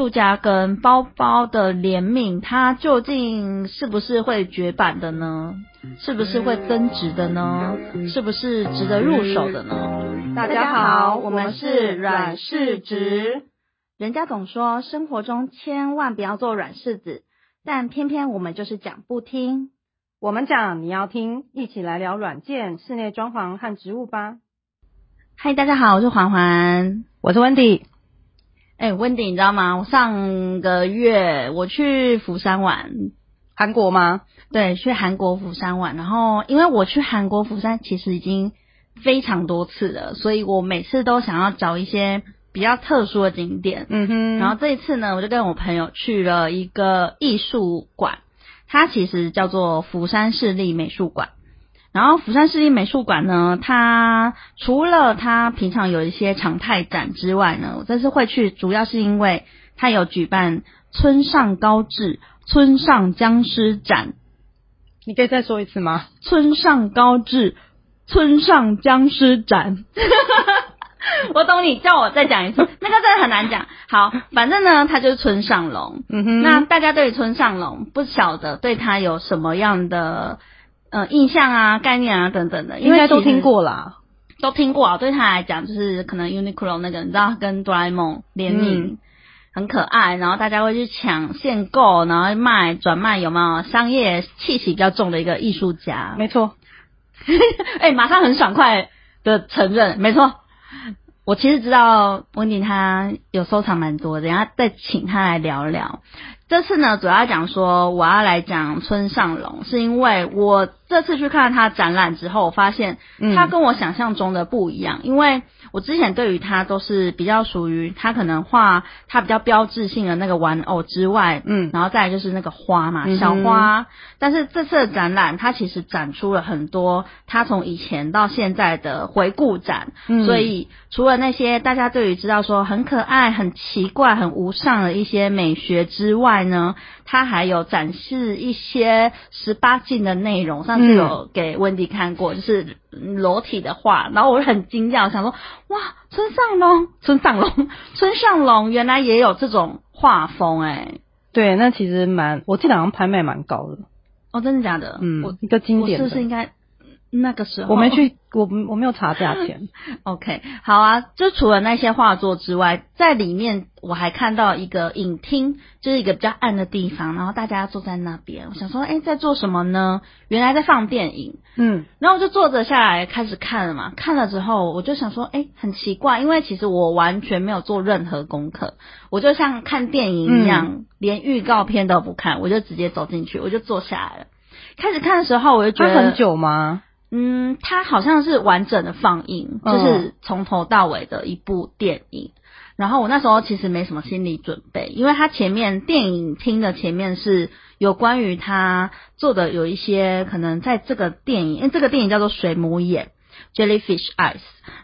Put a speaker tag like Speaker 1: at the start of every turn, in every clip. Speaker 1: 住家跟包包的联名，它究竟是不是会绝版的呢？是不是会增值的呢？是不是值得入手的呢？
Speaker 2: 大家好，我们是软柿子。人家总说生活中千万不要做软柿子，但偏偏我们就是讲不听。
Speaker 3: 我们讲你要听，一起来聊软件、室内装潢和植物吧。
Speaker 1: 嗨，大家好，我是环环。
Speaker 3: 我是 Wendy，
Speaker 1: 哎、温迪，你知道吗？我上个月我去釜山玩，
Speaker 3: 韩国吗？
Speaker 1: 对，去韩国釜山玩。然后，因为我去韩国釜山其实已经非常多次了，所以我每次都想要找一些比较特殊的景点。
Speaker 3: 嗯哼
Speaker 1: 然后这一次呢，我就跟我朋友去了一个艺术馆，它其实叫做釜山市立美术馆。然后釜山市立美术馆呢，它除了它平常有一些常态展之外呢，我这次会去主要是因为它有举办村上高志、村上僵尸展、
Speaker 3: 你可以再说一次吗？
Speaker 1: 村上高志、村上僵尸展。 我懂你，叫我再讲一次，那个真的很难讲。好，反正呢，它就是村上龙。
Speaker 3: 嗯哼
Speaker 1: 那大家对于村上龙不晓得对他有什么样的呃印象啊、概念啊等等的，因
Speaker 3: 应
Speaker 1: 为
Speaker 3: 该都
Speaker 1: 其实
Speaker 3: 听，过啦。
Speaker 1: 都听过啊。对他来讲，就是可能 Uniqlo 那个，你知道跟哆啦 A 梦联
Speaker 3: 嗯
Speaker 1: 名。很可爱，然后大家会去抢限购，然后卖转卖，有没有商业气息比较重的一个艺术家？
Speaker 3: 没错，
Speaker 1: 哎、马上很爽快的承认，没错。我其实知道温迪他有收藏蛮多的，然后再请他来聊聊。这次呢，主要讲说我要来讲村上龙，是因为我这次去看他展览之后，我发现
Speaker 3: 嗯
Speaker 1: 他跟我想象中的不一样，因为我之前对于他都是比较属于他可能画他比较标志性的那个玩偶之外，
Speaker 3: 嗯
Speaker 1: 然后再来就是那个花嘛，
Speaker 3: 嗯哼
Speaker 1: 小花。但是这次的展览，它其实展出了很多他从以前到现在的回顾展，
Speaker 3: 嗯
Speaker 1: 所以除了那些大家对于知道说很可爱、很奇怪、很无上的一些美学之外呢，它还有展示一些十八禁的内容。上次
Speaker 3: 嗯
Speaker 1: 有给温迪看过，就是裸体的画，然后我很惊讶，我想说哇，村上龙，村上龙，村上龙原来也有这种画风哎、
Speaker 3: 对，那其实蛮，我记得好像拍卖蛮高的。
Speaker 1: 哦，真的假的？我
Speaker 3: 嗯，一个经典
Speaker 1: 我是不是应
Speaker 3: 的。
Speaker 1: 该那个时候？
Speaker 3: 我没。去，我我没有查价钱。
Speaker 1: OK，好啊。就除了那些画作之外，在里面我还看到一个影厅，就是一个比较暗的地方，然后大家坐在那边。我想说，哎、在做什么呢？原来在放电影。
Speaker 3: 嗯
Speaker 1: 然后我就坐着下来开始看了嘛，看了之后我就想说，哎，很奇怪，因为其实我完全没有做任何功课，我就像看电影一样，
Speaker 3: 嗯
Speaker 1: 连预告片都不看，我就直接走进去，我就坐下来了。开始看的时候，我就觉
Speaker 3: 它
Speaker 1: 得
Speaker 3: 很久吗？
Speaker 1: 嗯，它好像是完整的放映，就
Speaker 3: 嗯
Speaker 1: 是从头到尾的一部电影。然后我那时候其实没什么心理准备，因为它前面电影厅的前面是有关于他做的有一些可能在这个电影，因为这个电影叫做《水母眼》（Jellyfish Eyes），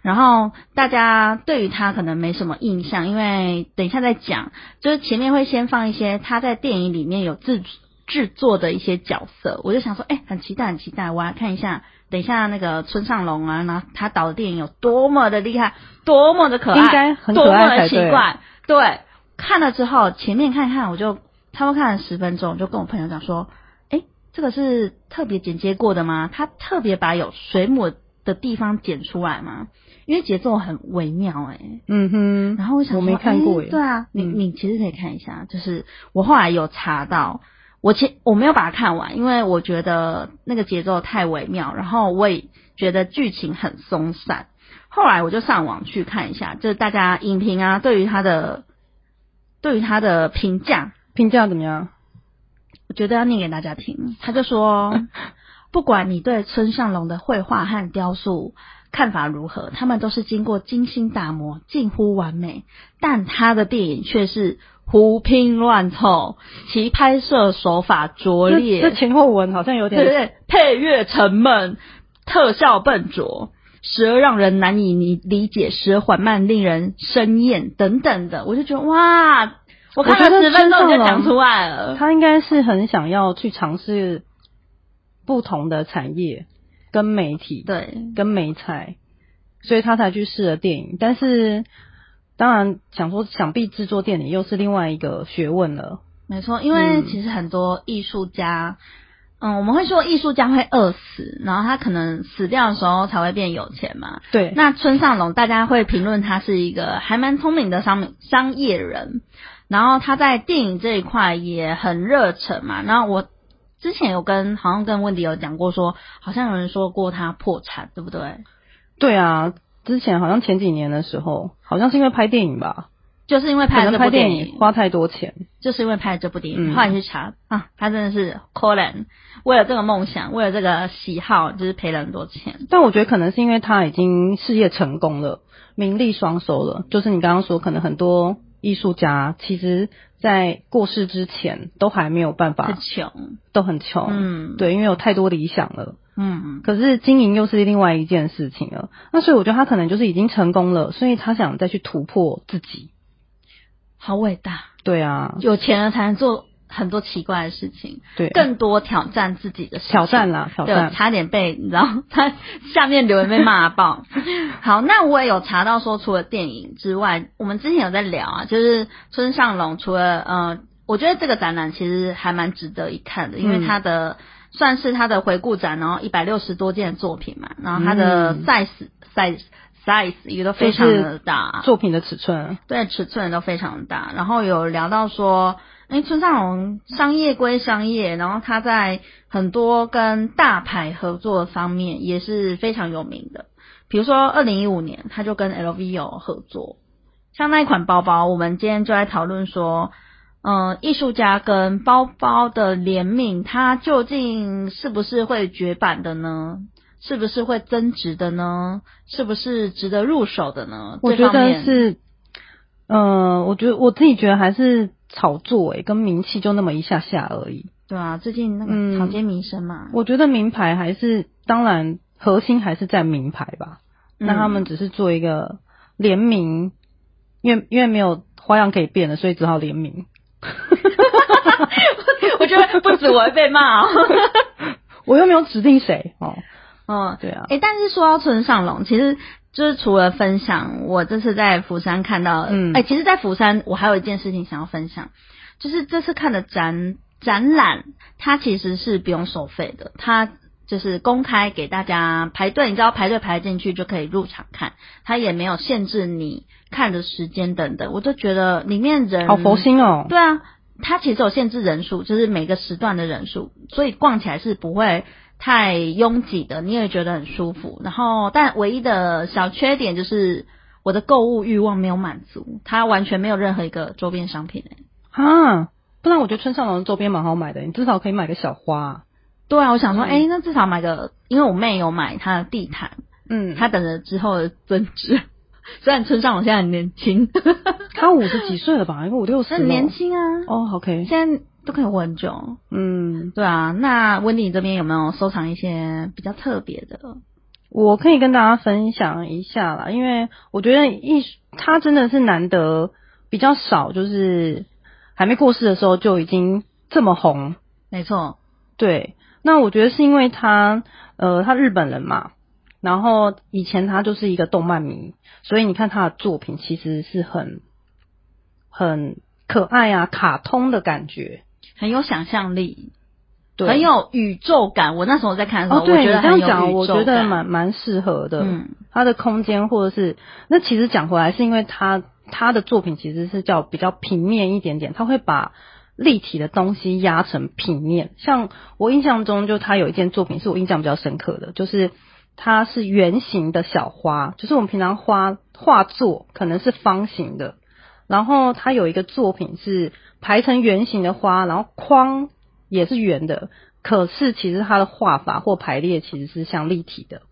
Speaker 1: 然后大家对于他可能没什么印象，因为等一下再讲，就是前面会先放一些他在电影里面有自制作的一些角色，我就想说，哎、很期待，很期待，我要看一下，等一下那个村上龙啊，然后他导的电影有多么的厉害，多么的可爱，
Speaker 3: 应该很可爱
Speaker 1: 多么的
Speaker 3: 才
Speaker 1: 奇
Speaker 3: 对
Speaker 1: 怪，对，看了之后前面看一看，我就差不多看了十分钟，我就跟我朋友讲说，哎、这个是特别剪接过的吗？他特别把有水母的地方剪出来吗？因为节奏很微妙、诶哎。
Speaker 3: 嗯哼。
Speaker 1: 然后我想说
Speaker 3: 我没看过
Speaker 1: 哎
Speaker 3: 耶
Speaker 1: 对啊，你
Speaker 3: 嗯
Speaker 1: 你其实可以看一下，就是我后来有查到，我前我没有把它看完，因为我觉得那个节奏太微妙，然后我也觉得剧情很松散。后来我就上网去看一下，就是大家影评啊，对于它的对于它的评价，
Speaker 3: 评价怎么样？
Speaker 1: 我觉得要念给大家听。他就 说，不管你对村上龙的绘画和雕塑看法如何，他们都是经过精心打磨，近乎完美。但他的电影却是胡拼乱凑，其拍摄手法拙
Speaker 3: 这
Speaker 1: 劣，
Speaker 3: 这前后文好像有
Speaker 1: 对对
Speaker 3: 点
Speaker 1: 对，配乐沉闷，特效笨拙，时而让人难以理理解，时而缓慢，令人生厌等等的，我就觉得哇，我看
Speaker 3: 我觉
Speaker 1: 了
Speaker 3: 得
Speaker 1: 十分钟我
Speaker 3: 村上
Speaker 1: 就讲
Speaker 3: 龙
Speaker 1: 出来了。
Speaker 3: 他应该是很想要去尝试不同的产业跟媒体
Speaker 1: 对，
Speaker 3: 跟媒材，所以他才去试了电影。但是当然想说，想必制作电影又是另外一个学问了。
Speaker 1: 没错，因为
Speaker 3: 嗯
Speaker 1: 其实很多艺术家，嗯，我们会说艺术家会饿死，然后他可能死掉的时候才会变有钱嘛。
Speaker 3: 对，
Speaker 1: 那村上隆，大家会评论他是一个还蛮聪明的商商业人，然后他在电影这一块也很热忱嘛。然后我之前有跟好像跟温迪有讲过说好像有人说过他破产，对不对？
Speaker 3: 对啊，之前好像前几年的时候，好像是因为拍电影吧，
Speaker 1: 就是因为
Speaker 3: 可
Speaker 1: 拍了
Speaker 3: 能
Speaker 1: 这部
Speaker 3: 拍
Speaker 1: 电
Speaker 3: 电
Speaker 1: 影
Speaker 3: 影，花太多钱。
Speaker 1: 就是因为拍了这部电影，
Speaker 3: 嗯
Speaker 1: 后来去查啊，他真的是 Colin 为了这个梦想，为了这个喜好，就是赔了很多钱。
Speaker 3: 但我觉得可能是因为他已经事业成功了，名利双收了。就是你刚刚说，可能很多艺术家其实在过世之前都还没有办
Speaker 1: 很
Speaker 3: 法，
Speaker 1: 穷，
Speaker 3: 都很穷。
Speaker 1: 嗯，，
Speaker 3: 哦对，因为有太多理想了。
Speaker 1: 嗯，
Speaker 3: 可是经营又是另外一件事情了。那所以我觉得他可能就是已经成功了，所以他想再去突破自己。
Speaker 1: 好伟大，
Speaker 3: 对啊，
Speaker 1: 有钱了才能做很多奇怪的事情，
Speaker 3: 对，
Speaker 1: 更多挑战自己的事情
Speaker 3: 挑战。啦，挑
Speaker 1: 对，
Speaker 3: 战。
Speaker 1: 差点被你知道， 他下面留言被骂爆。 好，那我也有查到说，除了电影之外，我们之前有在聊啊，就是村上隆除了呃，我觉得这个展览其实还蛮值得一看的，因为
Speaker 3: 嗯
Speaker 1: 他的、算是他的回顾展，然后一百六十多件作品嘛，然后他的
Speaker 3: 嗯
Speaker 1: size、size size 也都非常的大，啊
Speaker 3: 作品的尺寸，
Speaker 1: 对尺寸也都非常大。然后有聊到说，哎，村上隆商业归商业，然后他在很多跟大牌合作方面也是非常有名的。比如说，二零一五年他就跟 LV 有合作，像那一款包包，我们今天就在讨论说，嗯、艺术家跟包包的联名，它究竟是不是会绝版的呢？是不是会增值的呢？是不是值得入手的呢？
Speaker 3: 我
Speaker 1: 这
Speaker 3: 觉
Speaker 1: 方
Speaker 3: 得
Speaker 1: 面
Speaker 3: 是，呃，我觉得我自己觉得还是炒作诶、跟名气就那么一下下而已。
Speaker 1: 对啊，最近那个
Speaker 3: 嗯
Speaker 1: 草间弥生嘛，
Speaker 3: 我觉得名牌还是，当然核心还是在名牌吧。那他们
Speaker 1: 嗯
Speaker 3: 只是做一个联名，因为因为没有花样可以变了，所以只好联名。
Speaker 1: 我觉得不止我会被骂、哦。
Speaker 3: 我又没有指定谁哦，
Speaker 1: 嗯，
Speaker 3: 对啊，
Speaker 1: 诶，但是说到村上隆，其实就是除了分享我这次在釜山看到的，
Speaker 3: 嗯
Speaker 1: 诶，其实，在釜山我还有一件事情想要分享，就是这次看的展展览，它其实是不用收费的，它。就是公开给大家排队，你只要排队排进去就可以入场看，它也没有限制你看的时间等等，我就觉得里面人
Speaker 3: 好佛心哦。
Speaker 1: 对啊，它其实有限制人数，就是每个时段的人数，所以逛起来是不会太拥挤的，你也觉得很舒服。然后，但唯一的小缺点就是我的购物欲望没有满足，它完全没有任何一个周边商品、欸。
Speaker 3: 啊，不然我觉得村上隆的周边蛮好买的，你至少可以买个小花啊、
Speaker 1: 对啊，我想说，
Speaker 3: 嗯
Speaker 1: 哎、那至少买个，因为我妹有买她的地毯，
Speaker 3: 嗯，
Speaker 1: 她
Speaker 3: 他
Speaker 1: 等着之后的增值。 虽然村上我现在很年轻，
Speaker 3: 他五十几岁了吧？应该五六十了。
Speaker 1: 很年轻啊，
Speaker 3: 哦，OK，
Speaker 1: 现在都可以活很久。
Speaker 3: 嗯，
Speaker 1: 对啊，那温迪你这边有没有收藏一些比较特别的？
Speaker 3: 我可以跟大家分享一下啦，因为我觉得艺术他真的是难得比较少，就是还没过世的时候就已经这么红，
Speaker 1: 没错，
Speaker 3: 对，那我觉得是因为他，呃，他日本人嘛，然后以前他就是一个动漫迷，所以你看他的作品其实是很很可爱啊，卡通的感觉，
Speaker 1: 很有想象力，
Speaker 3: 对，
Speaker 1: 很有宇宙感。我那时候在看的时
Speaker 3: 哦，
Speaker 1: 候，嗯我
Speaker 3: 对你
Speaker 1: 觉得
Speaker 3: 这
Speaker 1: 很
Speaker 3: 样
Speaker 1: 有
Speaker 3: 讲，我
Speaker 1: 宇宙
Speaker 3: 觉
Speaker 1: 感。
Speaker 3: 得蛮蛮适合的，
Speaker 1: 嗯，
Speaker 3: 他的空间或者是那其实讲回来，是因为他他的作品其实是叫比较平面一点点，他会把立体的东西压成平面。像我印象中，就他有一件作品是我印象比较深刻的，就是它是圆形的小花，就是我们平常花画作可能是方形的，然后他有一个作品是排成圆形的花，然后框也是圆的，可是其实它的画法或排列其实是像立体的。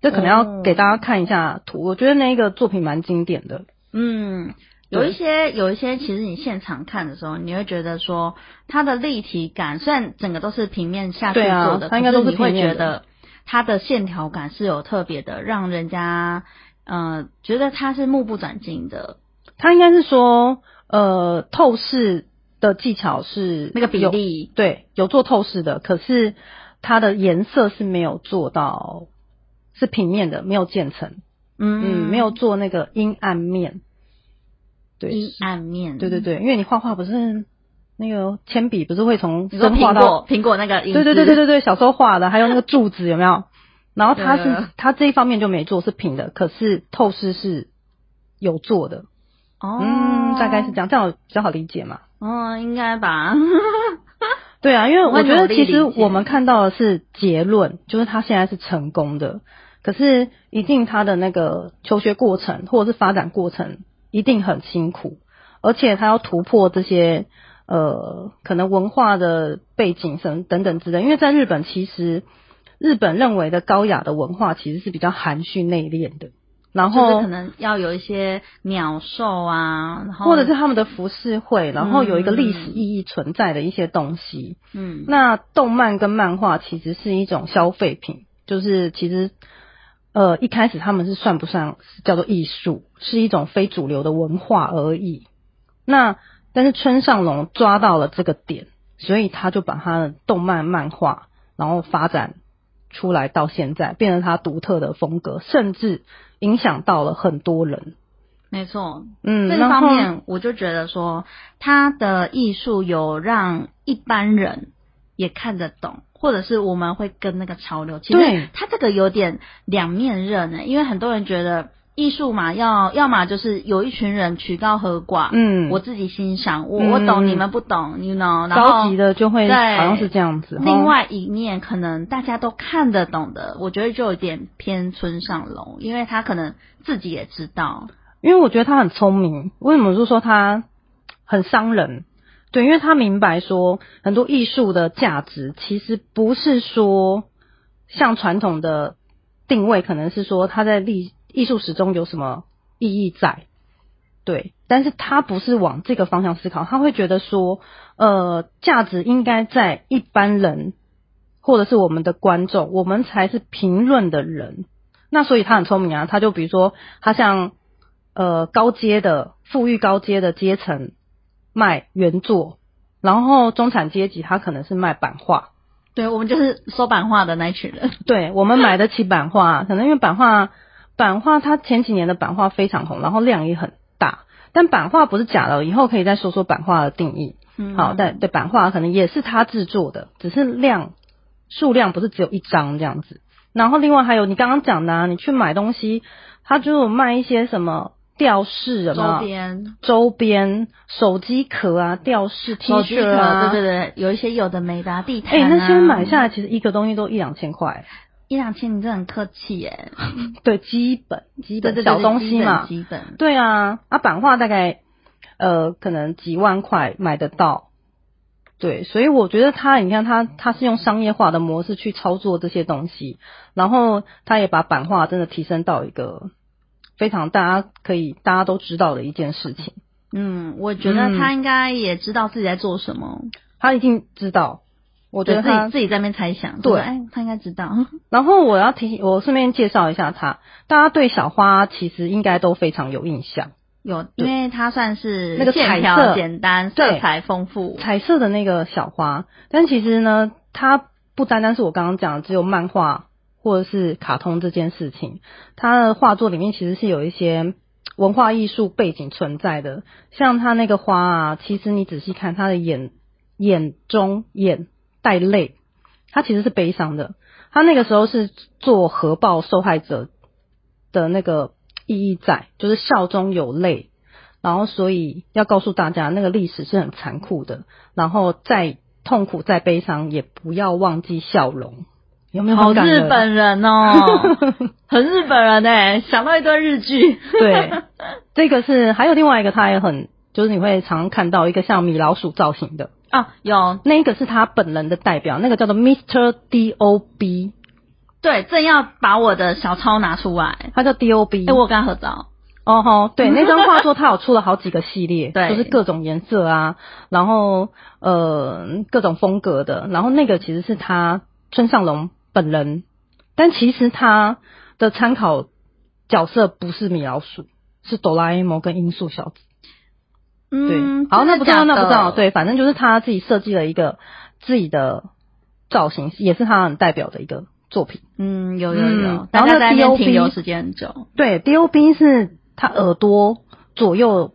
Speaker 3: 这可能要给大家看一下图，我觉得那个作品蛮经典的。
Speaker 1: 嗯，有一些有一些，其实你现场看的时候，你会觉得说它的立体感，虽然整个都是平面下去
Speaker 3: 对啊
Speaker 1: 做的，
Speaker 3: 它应该都
Speaker 1: 可
Speaker 3: 是
Speaker 1: 是你会
Speaker 3: 平面
Speaker 1: 觉
Speaker 3: 的
Speaker 1: 得它的线条感是有特别的，让人家呃觉得它是目不转睛的。
Speaker 3: 它应该是说，呃，透视的技巧是
Speaker 1: 那个比
Speaker 3: 有，
Speaker 1: 例
Speaker 3: 对，有做透视的，可是它的颜色是没有做到，
Speaker 1: 嗯
Speaker 3: 嗯是平面的，没有渐层，嗯，没有做那个阴暗面。对
Speaker 1: 阴暗面。
Speaker 3: 对对对，因为你画画不是那个铅笔不是会从
Speaker 1: 你说
Speaker 3: 深画
Speaker 1: 苹
Speaker 3: 到
Speaker 1: 果苹果那个影
Speaker 3: 对对
Speaker 1: 子
Speaker 3: 对对对对，小时候画的，还有那个柱子有 没有？然后他
Speaker 1: 有有有
Speaker 3: 是他这一方面就没做，是平的，可是透视是有做的，
Speaker 1: 哦，
Speaker 3: 嗯，大概是这样，这样比较好理解嘛。
Speaker 1: 嗯，应该 吧。
Speaker 3: 对啊，因为我
Speaker 1: 我
Speaker 3: 觉
Speaker 1: 很努
Speaker 3: 得
Speaker 1: 力
Speaker 3: 其实
Speaker 1: 理解
Speaker 3: 我们看到的是结论，就是他现在是成功的，可是一定他的那个求学过程或者是发展过程一定很辛苦，而且他要突破这些呃可能文化的背景等等等之类，因为在日本其实日本认为的高雅的文化其实是比较含蓄内敛的，然
Speaker 1: 就
Speaker 3: 后
Speaker 1: 是可能要有一些鸟兽啊，然后
Speaker 3: 或者是他们的服饰会，然后有一个历史
Speaker 1: 嗯
Speaker 3: 意义存在的一些东西。
Speaker 1: 嗯，
Speaker 3: 那动漫跟漫画其实是一种消费品，就是其实呃一开始他们是算不上叫做艺术，是一种非主流的文化而已。那但是村上隆抓到了这个点，所以他就把他的动漫漫画然后发展出来到现在，变成他独特的风格，甚至影响到了很多人。
Speaker 1: 没错，
Speaker 3: 嗯，
Speaker 1: 这一
Speaker 3: 然
Speaker 1: 方
Speaker 3: 后
Speaker 1: 面我就觉得说，他的艺术有让一般人也看得懂，或者是我们会跟那个潮流。其实
Speaker 3: 对
Speaker 1: 他这个有点两面刃呢、因为很多人觉得艺术嘛，要要么就是有一群人曲高和寡，
Speaker 3: 嗯，
Speaker 1: 我自己欣赏，我
Speaker 3: 嗯
Speaker 1: 我懂你们不懂，you know，然
Speaker 3: 着
Speaker 1: 后
Speaker 3: 急。的就会
Speaker 1: 对
Speaker 3: 好像是这样子。
Speaker 1: 另
Speaker 3: 哦
Speaker 1: 外一面，可能大家都看得懂的，我觉得就有点偏村上龙，因为他可能自己也知道，
Speaker 3: 因为我觉得他很聪明，为什么就说他很伤人？对，因为他明白说很多艺术的价值其实不是说像传统的定位，可能是说他在历艺术史中有什么意义在，对，但是他不是往这个方向思考，他会觉得说，呃，价值应该在一般人或者是我们的观众，我们才是评论的人，那所以他很聪明啊，他就比如说他像呃高阶的富裕高阶的阶层卖原作，然后中产阶级他可能是卖版画，
Speaker 1: 对，我们就是说版画的那一群人。
Speaker 3: 对我们买得起版画，可能因为版画版画它前几年的版画非常红，然后量也很大，但版画不是假的，以后可以再说说版画的定义。
Speaker 1: 嗯
Speaker 3: 好，但对版画可能也是他制作的，只是量数量不是只有一张这样子。然后另外还有你刚刚讲的、啊，你去买东西，他就有卖一些什么吊饰有没有
Speaker 1: 周边、
Speaker 3: 周边、手机壳啊、吊饰、T
Speaker 1: 手机壳
Speaker 3: 恤啊，
Speaker 1: 对
Speaker 3: 对。
Speaker 1: 对对，有一些有的没的啊、地
Speaker 3: 哎、
Speaker 1: 毯、啊。
Speaker 3: 那些买下来其实一个东西都一两千块，
Speaker 1: 一两千，你真的很客气 耶。
Speaker 3: 对，基本基
Speaker 1: 一
Speaker 3: 本小东西嘛，
Speaker 1: 基本。基本
Speaker 3: 对啊，啊，版画大概呃可能几万块买得到，对，所以我觉得他，你看他他是用商业化的模式去操作这些东西，然后他也把版画真的提升到一个非常大家可以大家都知道的一件事情，
Speaker 1: 嗯，我觉得他应该也知道自己在做什么，
Speaker 3: 他已经知道，我
Speaker 1: 我
Speaker 3: 觉得
Speaker 1: 自
Speaker 3: 他
Speaker 1: 己自己在那边猜想。
Speaker 3: 对
Speaker 1: 就是哎，他应该知道。
Speaker 3: 然后我要提醒，我顺便介绍一下他，大家对小花其实应该都非常有印象。
Speaker 1: 有，因
Speaker 3: 对
Speaker 1: 为他算是
Speaker 3: 那个
Speaker 1: 线
Speaker 3: 彩
Speaker 1: 条
Speaker 3: 色
Speaker 1: 简单，
Speaker 3: 对
Speaker 1: 色彩丰富。
Speaker 3: 彩色的那个小花，但其实呢，它不单单是我刚刚讲的只有漫画或者是卡通这件事情，它的画作里面其实是有一些文化艺术背景存在的。像它那个花啊，其实你仔细看，它的眼眼中眼带泪，它其实是悲伤的。它那个时候是做核爆受害者的那个意义在，就是笑中有泪。然后所以要告诉大家，那个历史是很残酷的，然后再痛苦再悲伤，也不要忘记笑容。有没有
Speaker 1: 好
Speaker 3: 很感
Speaker 1: 日
Speaker 3: 人？啊
Speaker 1: 本人哦， 很日本人哎，想到一堆日剧。
Speaker 3: 对，这个是还有另外一个，他也很就是你会常看到一个像米老鼠造型的，
Speaker 1: 啊，有
Speaker 3: 那个是他本人的代表，那个叫做 Mr. D O B，
Speaker 1: 对，正要把我的小抄拿出来，
Speaker 3: 他叫 D O B。
Speaker 1: 哎，我有跟他合照。
Speaker 3: 哦吼，对，那张画作它有出了好几个系列，
Speaker 1: 对
Speaker 3: 就是各种颜色啊，然后呃各种风格的，然后那个其实是他村上龙本人，但其实他的参考角色不是米老鼠，是哆啦 A 梦跟音速小子。对，
Speaker 1: 嗯，
Speaker 3: 好，那
Speaker 1: 真的
Speaker 3: 不知道，
Speaker 1: 假
Speaker 3: 那不知道，
Speaker 1: 的，
Speaker 3: 对，反正就是他自己设计了一个自己的造型，也是他很代表的一个作品。
Speaker 1: 嗯，有有有
Speaker 3: 嗯，
Speaker 1: 大家
Speaker 3: 然后
Speaker 1: 在
Speaker 3: 那
Speaker 1: 那边
Speaker 3: DOP
Speaker 1: 停留时间很久，
Speaker 3: 对，DOB 是他耳朵左右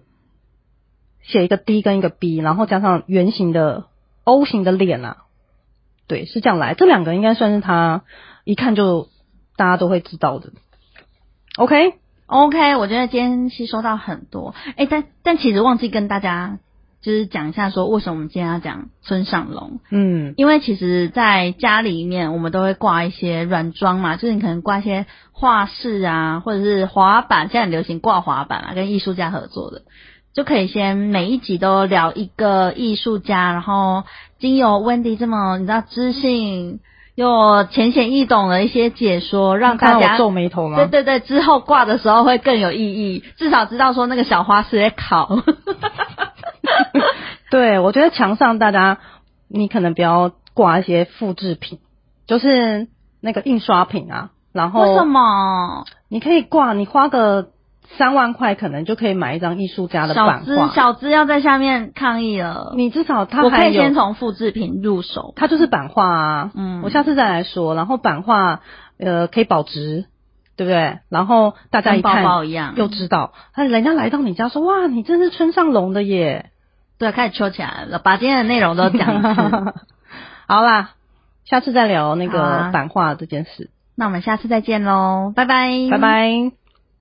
Speaker 3: 写一个 D 跟一个 B，然后加上圆形的 O 型的脸啊，对，是这样来。这两个应该算是他一看就大家都会知道的。OK，
Speaker 1: OK，我觉得今天吸收到很多。哎，但但其实忘记跟大家就是讲一下，说为什么我们今天要讲村上隆。
Speaker 3: 嗯，
Speaker 1: 因为其实，在家里面，我们都会挂一些软装嘛，就是你可能挂一些画室啊，或者是滑板，现在很流行挂滑板啊，跟艺术家合作的，就可以先每一集都聊一个艺术家，然后经由 Wendy 这么你知道知性又浅显易懂的一些解说，让大
Speaker 3: 嗯看到
Speaker 1: 家
Speaker 3: 我皱眉头吗？
Speaker 1: 对对对，之后挂的时候会更有意义，至少知道说那个小花是在烤。
Speaker 3: 对，我觉得墙上大家，你可能不要挂一些复制品，就是那个印刷品啊。然后
Speaker 1: 为什么？
Speaker 3: 你可以挂，你花个三万块，可能就可以买一张艺术家的
Speaker 1: 小
Speaker 3: 版
Speaker 1: 资
Speaker 3: 画。
Speaker 1: 小资要在下面抗议了。
Speaker 3: 你至少它
Speaker 1: 我可
Speaker 3: 还
Speaker 1: 以先
Speaker 3: 有，
Speaker 1: 从复制品入手。
Speaker 3: 它就是版画啊。
Speaker 1: 嗯
Speaker 3: 我下次再来说。然后版画，呃，可以保值，对不对？然后大家一
Speaker 1: 跟包
Speaker 3: 看
Speaker 1: 包一样，
Speaker 3: 又知道，那人家来到你家说，哇，你真是村上龙的耶。
Speaker 1: 对，开始抽起来了，把今天的内容都讲一 次。
Speaker 3: 好啦，下次再聊那
Speaker 1: 嗯好
Speaker 3: 个
Speaker 1: 啊
Speaker 3: 版画这件事。
Speaker 1: 那我们下次再见喽，拜拜，
Speaker 3: 拜。拜。